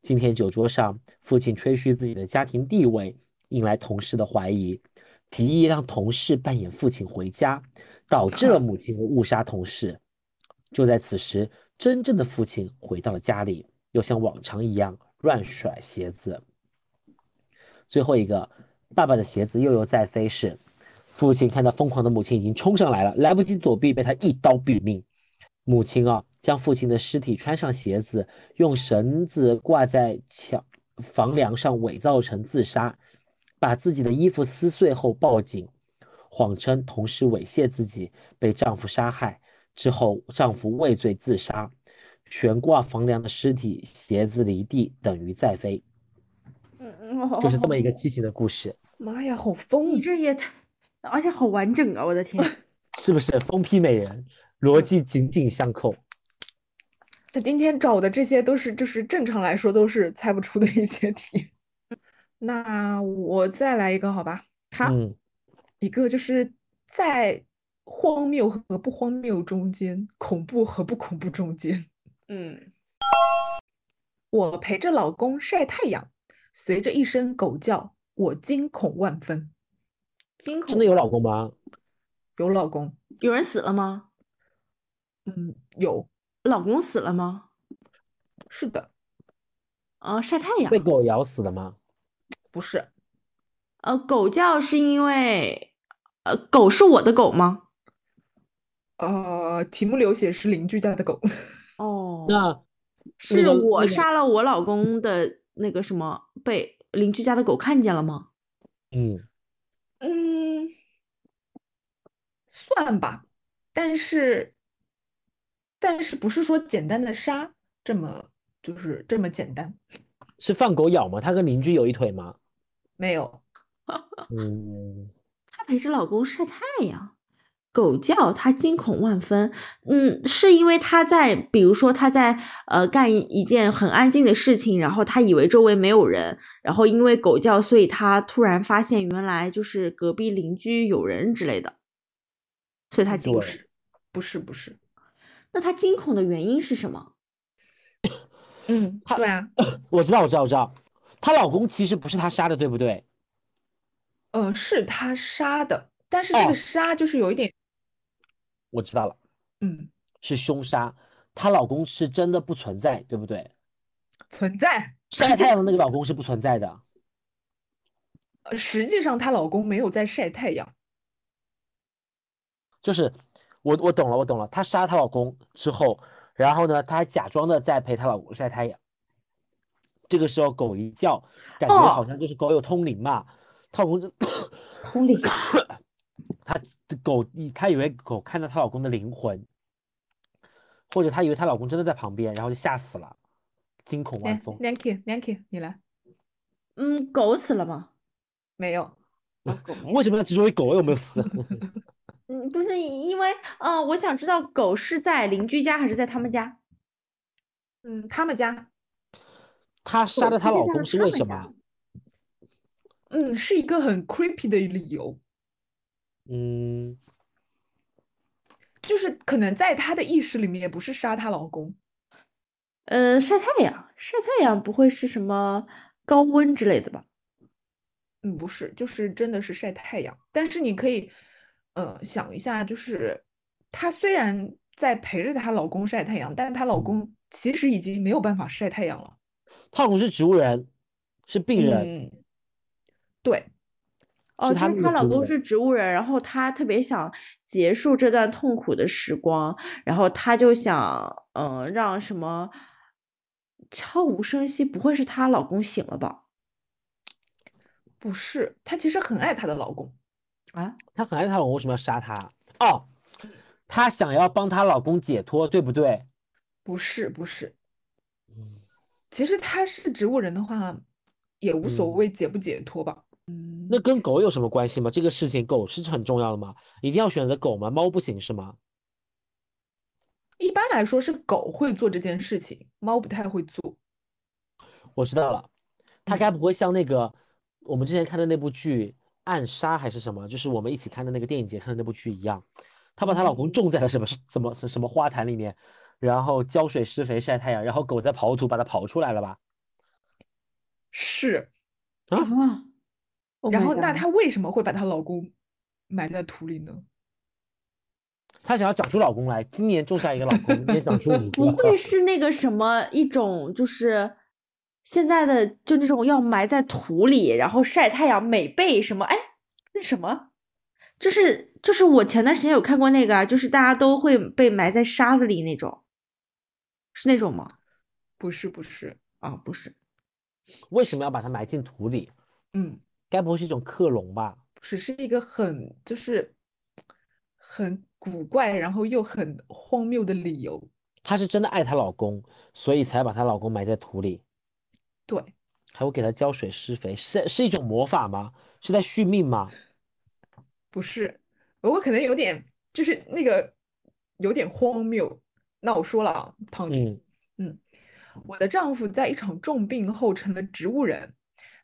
C: 今天酒桌上，父亲吹嘘自己的家庭地位，引来同事的怀疑，提议让同事扮演父亲回家，导致了母亲误杀同事。就在此时，真正的父亲回到了家里，又像往常一样乱甩鞋子。最后一个，爸爸的鞋子又又在飞是，父亲看到疯狂的母亲已经冲上来了，来不及躲避，被他一刀毙命。母亲啊，将父亲的尸体穿上鞋子，用绳子挂在墙房梁上，伪造成自杀，把自己的衣服撕碎后报警，谎称同事猥亵自己，被丈夫杀害。之后，丈夫畏罪自杀，悬挂房梁的尸体鞋子离地，等于在飞，
D: 嗯
C: 就是这么一个畸形的故事，
E: 妈呀，好
D: 你
E: 疯！
D: 这也太，而且好完整啊！我的 天，
C: 是不是疯批美人？逻辑紧紧相扣。
E: 他今天找的这些都是，就是正常来说都是猜不出的一些题。 那我再来一个，好吧？好，
C: 嗯，
E: 一个就是在荒谬和不荒谬中间，恐怖和不恐怖中间。
D: 嗯，
E: 我陪着老公晒太阳，随着一声狗叫，我惊恐万分。
D: 惊恐
C: 真的有老公吗？
E: 有老公，
D: 有人死了吗？
E: 嗯，有，
D: 老公死了吗？
E: 是的，
D: 啊，晒太阳
C: 被。狗咬死的吗？
E: 不是，
D: 呃，狗叫是因为，呃，狗是我的狗吗？
E: 呃，题目流血是邻居家的狗。
D: 哦，
C: 那
D: 是
C: 个那
D: 我
C: 个
D: 杀了我老公的那个什么被邻居家的狗看见了吗？
C: 嗯，
E: 嗯，算吧，但是，但是不是说简单的杀这么就是这么简单？
C: 是放狗咬吗？她跟邻居有一腿吗？
E: 没有，
C: 嗯，
D: 她陪着老公晒太阳。狗叫，她惊恐万分。嗯，是因为她在，比如说她在呃干一件很安静的事情，然后她以为周围没有人，然后因为狗叫，所以她突然发现原来就是隔壁邻居有人之类的，所以
E: 嗯
D: 她惊
C: 对
D: 恐。
E: 不是不是，
D: 那她惊恐的原因是什么？
E: 嗯，
C: 他
E: 对啊，
C: 我知道，我知道，我知道，她老公其实不是她杀的，对不对？
E: 呃，是他杀的，但是这
C: 哦
E: 个杀就是有一点，
C: 我知道了，
E: 嗯，
C: 是凶杀。她老公是真的不存在，对不对？
E: 存在。
C: 晒太阳的那个老公是不存在的。
E: 呃，实际上她老公没有在晒太阳，
C: 就是我我懂了，我懂了。她杀她老公之后，然后呢，她还假装的在陪她老公晒太阳。这个时候狗一叫，感
D: 哦
C: 觉好像就是狗有通灵嘛，她老公 就
D: 同理，
C: 她狗她以为狗看到她老公的灵魂，或者她以为她老公真的在旁边，然后就吓死了，惊恐
E: 来
C: 万分。
E: ，Nanki Nanki，你来，
D: 嗯，狗死了吗？
E: 没有，
C: 为什么要执着于狗有没有 死？
D: 嗯，不是因为，呃，我想知道狗是在邻居家还是在他们家？
E: 嗯，他们家，
C: 她杀
D: 狗
C: 了她
D: 出现
C: 老
D: 在了
C: 公是
D: 他
C: 为
D: 们
C: 什
D: 家
C: 么？
E: 嗯，是一个很 creepy 的理由，
C: 嗯，
E: 就是可能在她的意识里面，也不是杀她老公，
D: 呃，晒太阳，晒太阳不会是什么高温之类的吧？
E: 嗯，不是，就是真的是晒太阳。但是你可以，呃，想一下，就是她虽然在陪着她老公晒太阳，但是她老公其实已经没有办法晒太阳了。
C: 她老公是植物人，是病人，
E: 嗯，对，
D: 哦，
C: 是
D: 就
C: 他
D: 是
C: 那
D: 她
C: 个
D: 老
C: 植物
D: 公
C: 人
D: 是植物人，然后她特别想结束这段痛苦的时光，然后她就想，嗯、让什么悄无声息，不会是她老公醒了吧？
E: 不是，她其实很爱她的老公。
D: 啊，
C: 她很爱她老公，为什么要杀他？哦，她想要帮她老公解脱，对不对？
E: 不是，不是，
C: 嗯
E: 其实她是植物人的话，也无所
C: 嗯
E: 谓解不解脱吧。嗯，
C: 那跟狗有什么关系吗？这个事情狗是很重要的吗？一定要选择狗吗？猫不行是吗？
E: 一般来说是狗会做这件事情，猫不太会做。
C: 我知道了，他
E: 嗯
C: 该不会像那个我们之前看的那部剧《暗杀》还是什么，就是我们一起看的那个电影节看的那部剧一样，她把她老公种在了什么什么什么花坛里面，然后浇水施肥晒太阳，然后狗在刨土把它刨出来了吧？
E: 是。
C: 啊
D: 啊，Oh
E: 然
D: my
E: 后，那
D: god
E: 她为什么会把她老公埋在土里呢？
C: 她想要长出老公来，今年种下一个老公，明年长出一
D: 不
C: 个。
D: 会是那个什么一种就是。现在的就那种要埋在土里，然后晒太阳、美背什么，哎，那什么，就是就是我前段时间有看过那个啊，就是大家都会被埋在沙子里那种，是那种吗？
E: 不是，不是，
D: 啊，不是，
C: 为什么要把它埋进土里？
E: 嗯，
C: 该不会是一种克隆吧？
E: 不是，是一个很就是很古怪，然后又很荒谬的理由。
C: 她是真的爱她老公，所以才把她老公埋在土里，
E: 对，
C: 还会给她浇水施肥，是是一种魔法吗？是在续命吗？
E: 不是，我可能有点就是那个有点荒谬。那我说了啊，汤米，
C: 嗯。
E: 我的丈夫在一场重病后成了植物人，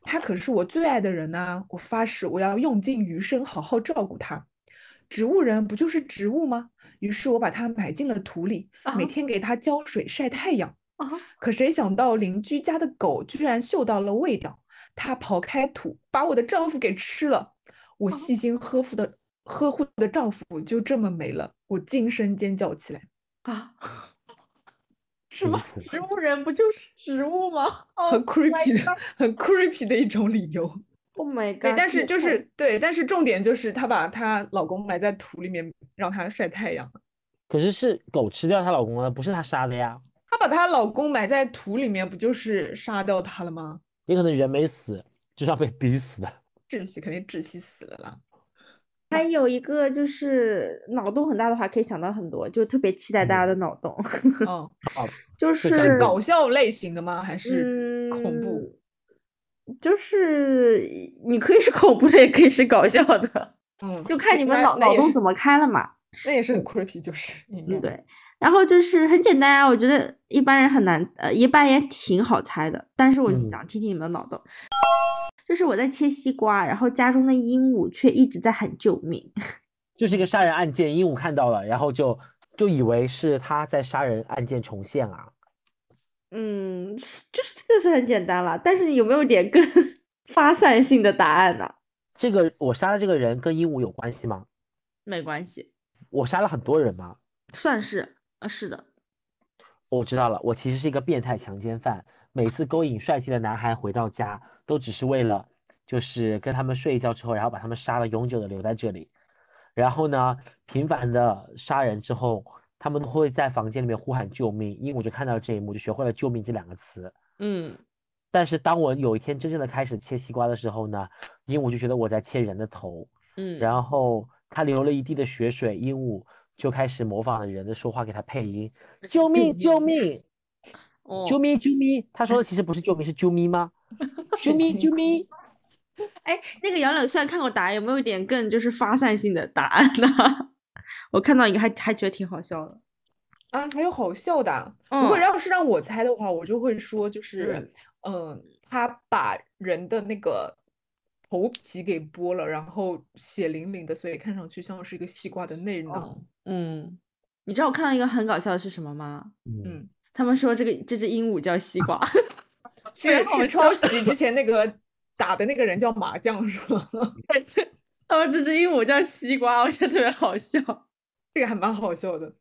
E: 他可是我最爱的人呐、我发誓，我要用尽余生好好照顾他。植物人不就是植物吗？于是我把它埋进了土里，每
D: 啊
E: 天给它浇水、晒太阳。
D: 啊
E: 可谁想到邻居家的狗居然嗅到了味道，它刨开土，把我的丈夫给吃了。
D: 啊
E: 我细心呵护的呵护的丈夫就这么没了，我惊声尖叫起来，
D: 啊！什
C: 离
D: 么
C: 谱
D: 植物人不就是植物 吗
E: 很
D: 哦
E: creepy 的、很 creepy 的一种理由。
D: ，Oh my god！
E: 对，但
D: 这
E: 是
D: 也
E: 就
D: 太
E: 是对，但是重点就是她把她老公埋在土里面，让他晒太阳。
C: 可是是狗吃掉她老公了，不是她杀的呀。
E: 她把把她老公埋在土里面，不就是杀掉她了吗？
C: 也可能人没死，就是要被逼死的。
E: 窒息肯定窒息死了啦。
D: 还有一个就是脑洞很大的话，可以想到很多，就特别期待大家的脑洞，
E: 哦，
D: 就是
E: 是嗯
D: 是
E: 搞笑类型的吗？还是恐怖？
D: 嗯就是你可以是恐怖的，也可以是搞笑的，
E: 嗯，
D: 就看你们
E: 那
D: 脑
E: 那
D: 脑
E: 也
D: 洞
E: 是
D: 怎么开了嘛。
E: 那也是很 creepy，就是 应该
D: 嗯，对。然后就是很简单啊，我觉得一般人很难，呃，一般也挺好猜的。但是我就
C: 嗯
D: 想听听你们的脑洞。 就是我在切西瓜，然后家中的鹦鹉却一直在喊救命。
C: 就是一个杀人案件，鹦鹉看到了，然后就就以为是他在杀人案件重现啊。
D: 嗯，是就是这个是很简单了，但是有没有点更 发散性的答案呢、
C: 这个我杀的这个人跟鹦鹉有关系吗？
D: 没关系，
C: 我杀了很多人吗？
D: 算是，呃，是的，
C: 我知道了，我其实是一个变态强奸犯，每次勾引帅气的男孩回到家，都只是为了就是跟他们睡一觉之后，然后把他们杀了，永久的留在这里。然后呢，频繁的杀人之后，他们都会在房间里面呼喊救命，鹦鹉就看到了这一幕，就学会了救命这两个词。
D: 嗯，
C: 但是当我有一天真正的开始切西瓜的时候呢，鹦鹉就觉得我在切人的头，
D: 嗯
C: 然后它流了一地的血水，鹦鹉就开始模仿人的说话给它配音，救命救命
D: 哦
C: 救命救命！他说的其实不是救命，是啾咪吗？啾咪啾咪！
D: 哎，那个杨柳虽然看过答案，有没有一点更就是发散性的答案呢？ 我看到一个还还觉得挺好笑的，
E: 啊，还有好笑的啊。如果
D: 嗯
E: 要是让我猜的话，我就会说，就是
D: 嗯，
E: 嗯，他把人的那个头皮给剥了，然后血淋淋的，所以看上去像是一个西瓜的内 囊。
D: 嗯，你知道我看到一个很搞笑的是什么吗？
C: 嗯，
E: 嗯，
D: 他们说这个这只鹦鹉叫西瓜，
E: 是
D: 好
E: 是抄袭之前那个打的那个人叫麻将是吧？
D: 他们这只鹦鹉叫西瓜，我觉得特别好笑。
E: 这个还蛮好笑的。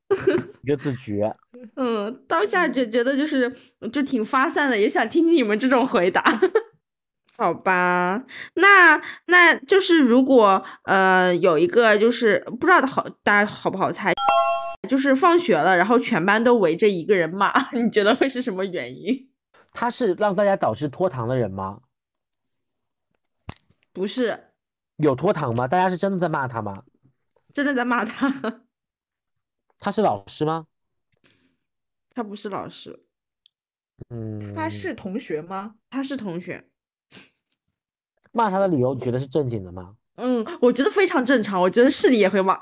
C: 一个自觉。
D: 嗯，当下就觉得就是就挺发散的，也想听听你们这种回答。 好吧，那那就是如果呃有一个就是不知道好大家好不好猜，就是放学了，然后全班都围着一个人骂， 你觉得会是什么原因？
C: 他是让大家导致拖堂的人吗？
D: 不是
C: 有拖堂吗？大家是真的在骂他吗？
D: 真的在骂他，
C: 他是老师吗？
D: 他不是老师，
C: 嗯，
E: 他是同学吗？
D: 他是同学。
C: 骂他的理由，你觉得是正经的吗？
D: 嗯，我觉得非常正常，我觉得是你也会骂。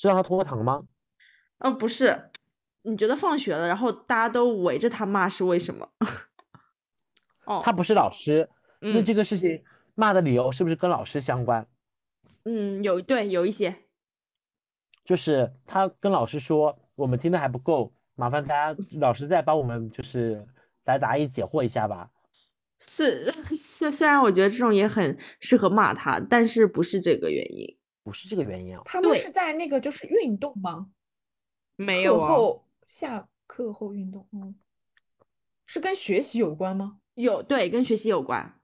C: 是让他拖堂吗？
D: 呃，不是，你觉得放学了，然后大家都围着他骂是为什么？ 哦，
C: 他不是老师，那
D: 嗯
C: 这个事情骂的理由是不是跟老师相关？
D: 嗯，有对有一些，
C: 就是他跟老师说，我们听的还不够，麻烦大家老师再帮我们就是来答疑解惑一下吧。
D: 是 虽虽然我觉得这种也很适合骂他，但是不是这个原因？
C: 不是这个原因啊，
E: 他们
D: 对
E: 是在那个就是运动吗？
D: 没啊
E: 课后下课后运动，嗯，是跟学习有关吗？
D: 有对跟学习有关，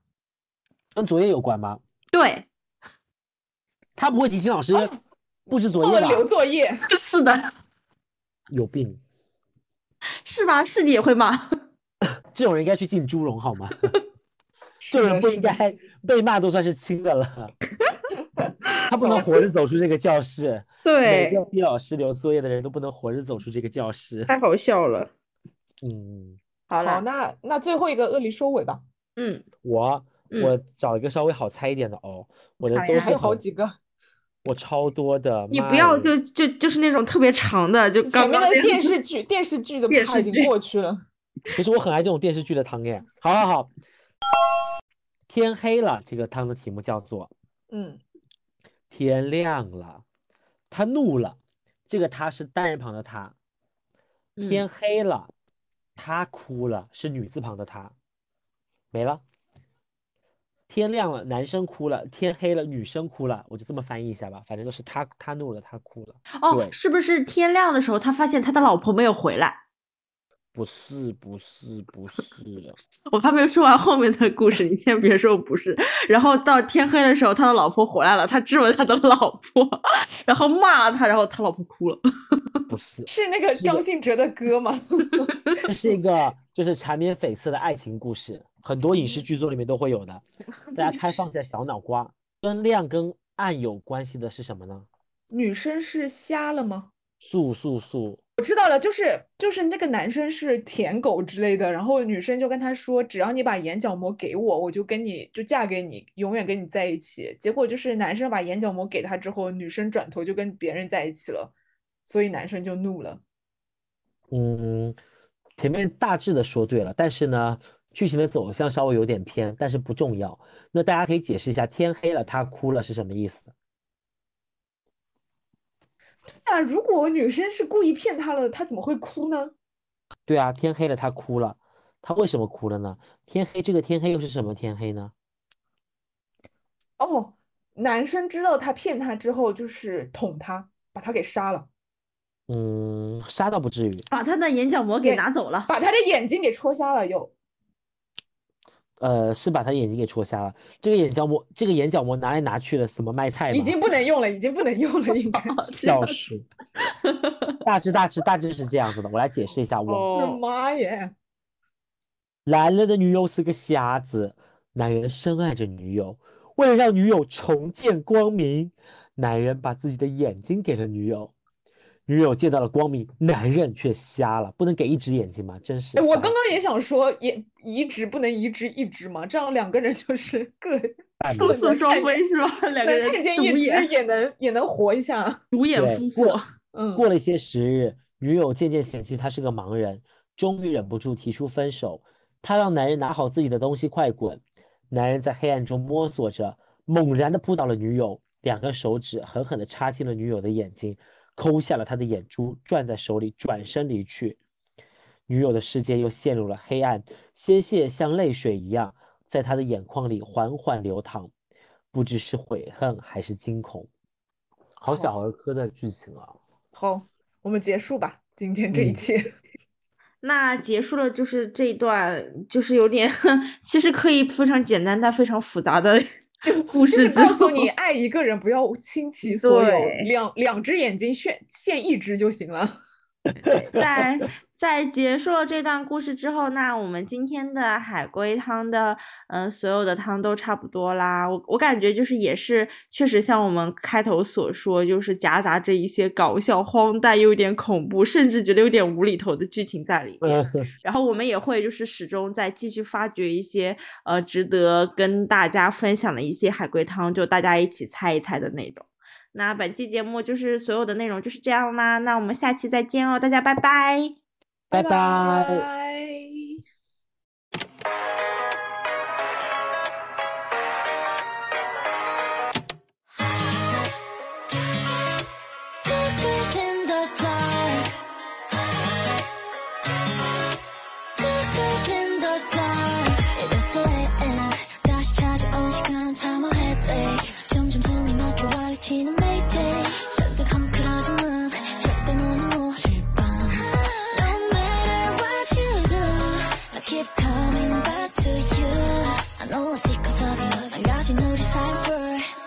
C: 跟作业有关吗？
D: 对
C: 他不会提醒老师布置作
E: 忘
C: 业
E: 了
C: 吧？
E: 哦留作业。
D: 是的，
C: 有病，
D: 是吧？是你也会骂，
C: 这种人应该去进猪笼 好吗？
E: 是
C: 这种
E: 的
C: 人不
E: 是啊
C: 应
E: 的
C: 该 被骂都算是轻的 了。他不能活着走出这个教室，每个逼老师留作业的人都不能活着走出这个教室。
D: 太好笑了。
C: 嗯，
D: 好
E: 好，
D: 了，
E: 那那最后一个恶力收尾吧。
D: 嗯，
C: 我
D: 嗯
C: 我找一个稍微好猜一点的哦，我的
D: 好
C: 都
D: 呀
E: 哎还
C: 是
E: 有好
C: 很
E: 几个，
C: 我超多的，
D: 你不
C: 妈
D: 要
C: 耶
D: 就就就是那种特别长的，就刚
E: 前面
D: 刚
E: 的
D: 那
E: 电
D: 种
E: 视剧电视剧的
D: 电
E: 怕
D: 视
E: 已经
D: 剧
E: 过去了。
C: 可是我很爱这种电视剧的汤耶。好好好，天黑了，这个汤的题目叫做
E: 嗯，
C: 天亮了，他怒了，这个他是单人旁的他。
D: 嗯
C: 天黑了，他哭了，是女字旁的他，没了。天亮了，男生哭了；天黑了，女生哭了。我就这么翻译一下吧，反正都是他，他怒了，他哭了。
D: 哦，
C: 对
D: 是不是天亮的时候他发现他的老婆没有回来？
C: 不是，不是，不是，
D: 我还没有说完后面的故事，你先别说不是。然后到天黑的时候，他的老婆回来了，他质问他的老婆，然后骂了他，然后他老婆哭了。
C: 不是，
E: 是那个张信哲的歌吗？
C: 这是一个就是缠绵悱恻的爱情故事，很多影视剧作里面都会有的。大家开放一下小脑瓜，跟亮跟暗有关系的是什么呢？
E: 女生是瞎了吗？
C: 素素素，
E: 我知道了，就是就是那个男生是舔狗之类的，然后女生就跟他说，只要你把眼角膜给我，我就跟你就嫁给你，永远跟你在一起。结果就是男生把眼角膜给他之后，女生转头就跟别人在一起了，所以男生就怒了。
C: 嗯，前面大致的说对了，但是呢，剧情的走向稍微有点偏，但是不重要。那大家可以解释一下，天黑了他哭了是什么意思？
E: 那如果女生是故意骗他了，他怎么会哭呢？
C: 对啊，天黑了他哭了，他为什么哭了呢？天黑这个天黑又是什么天黑呢？
E: 哦，男生知道他骗他之后，就是捅他，把他给杀了，
C: 嗯，杀倒不至于，
D: 把他的眼角膜给
E: 对
D: 拿走了，
E: 把他的眼睛给戳瞎了又。
C: 呃，是把他眼睛给戳瞎了。这个眼角膜，这个眼角膜拿来拿去的，什么卖菜
E: 已
C: 吗？
E: 经不能用了，已经不能用了，应该是。
C: 笑 死。大致大致大致是这样子的，我来解释一下。我
E: 我的妈耶！
C: 来了的女友是个瞎子，男人深爱着女友，为了让女友重见光明，男人把自己的眼睛给了女友。女友见到了光明，男人却瞎了，不能给一只眼睛吗？真是
E: 哎，我
C: 烦
E: 刚刚也想说，也移植不能移植一只嘛，这样两个人就是 各
C: 死
E: 各
D: 殊死
E: 能
D: 双
E: 看见
D: 飞是吧？ 两个
E: 能看
D: 人
E: 见
D: 独
E: 一只
D: 眼
E: 也能也能活一下。
D: 独眼
C: 对
D: 夫妇
C: 过。
E: 嗯，
C: 过了一些时日，女友渐渐嫌弃他是个盲人，终于忍不住提出分手。她让男人拿好自己的东西，快滚！男人在黑暗中摸索着，猛然地扑倒了女友，两根手指狠狠地插进了女友的眼睛，抠下了她的眼珠，攥在手里，转身离去。女友的世界又陷入了黑暗，鲜血像泪水一样在她的眼眶里缓缓流淌，不知是悔恨还是惊恐。好小儿科的剧情 啊！
E: 好，我们结束吧，今天这一
C: 嗯
E: 期。
D: 那结束了，就是这一段，就是有点， 其实可以非常简单但非常复杂的故
E: 就是
D: 事之
E: 告诉
D: 后，
E: 你，爱一个人不要倾其所有
D: 对，
E: 两两只眼睛炫献一只就行了。
D: 在在结束了这段故事之后，那我们今天的海龟汤的，嗯、所有的汤都差不多啦。我我感觉就是也是，确实像我们开头所说，就是夹杂着一些搞笑、荒诞，又有点恐怖，甚至觉得有点无厘头的剧情在
C: 呃
D: 里面。然后我们也会就是始终在继续发掘一些呃值得跟大家分享的一些海龟汤，就大家一起猜一猜的那种。那本期节目就是所有的内容就是这样啦，那我们下期再见哦，大家拜拜。
C: 拜拜
E: 拜。
F: Cookies in the dark. Cookies in the dark. 이대스포엔 다시 찾아온 시간 참아했대. 점점 숨이 막혀 와치는 매일. 절대 감그러지 마. 절대 너는 모를 봐. No matter what you do, I keep coming back to you. I know it's because of you. 안 가진 우리 사이버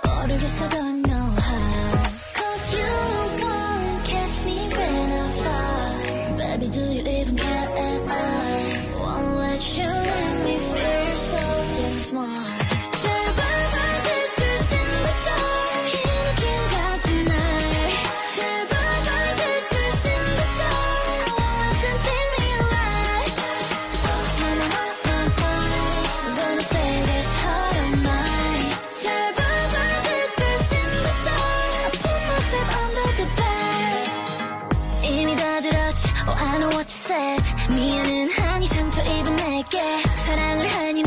F: 모르겠어 don't know how. Cause you won't catch me when I fall. Baby, do you even care at all? Won't let you let me feel so damn small. 제발 발빛을 쓴다. 흰길 같은 날. 제발 발빛을 쓴다. I want them to be alive. I'm gonna say this heart of mine. 제발 발빛을 쓴다. I put myself under the bed. 이미 다 들었지 Oh I know what you said 미안은 한이 상처 입은 내게 사랑을 하니 Oh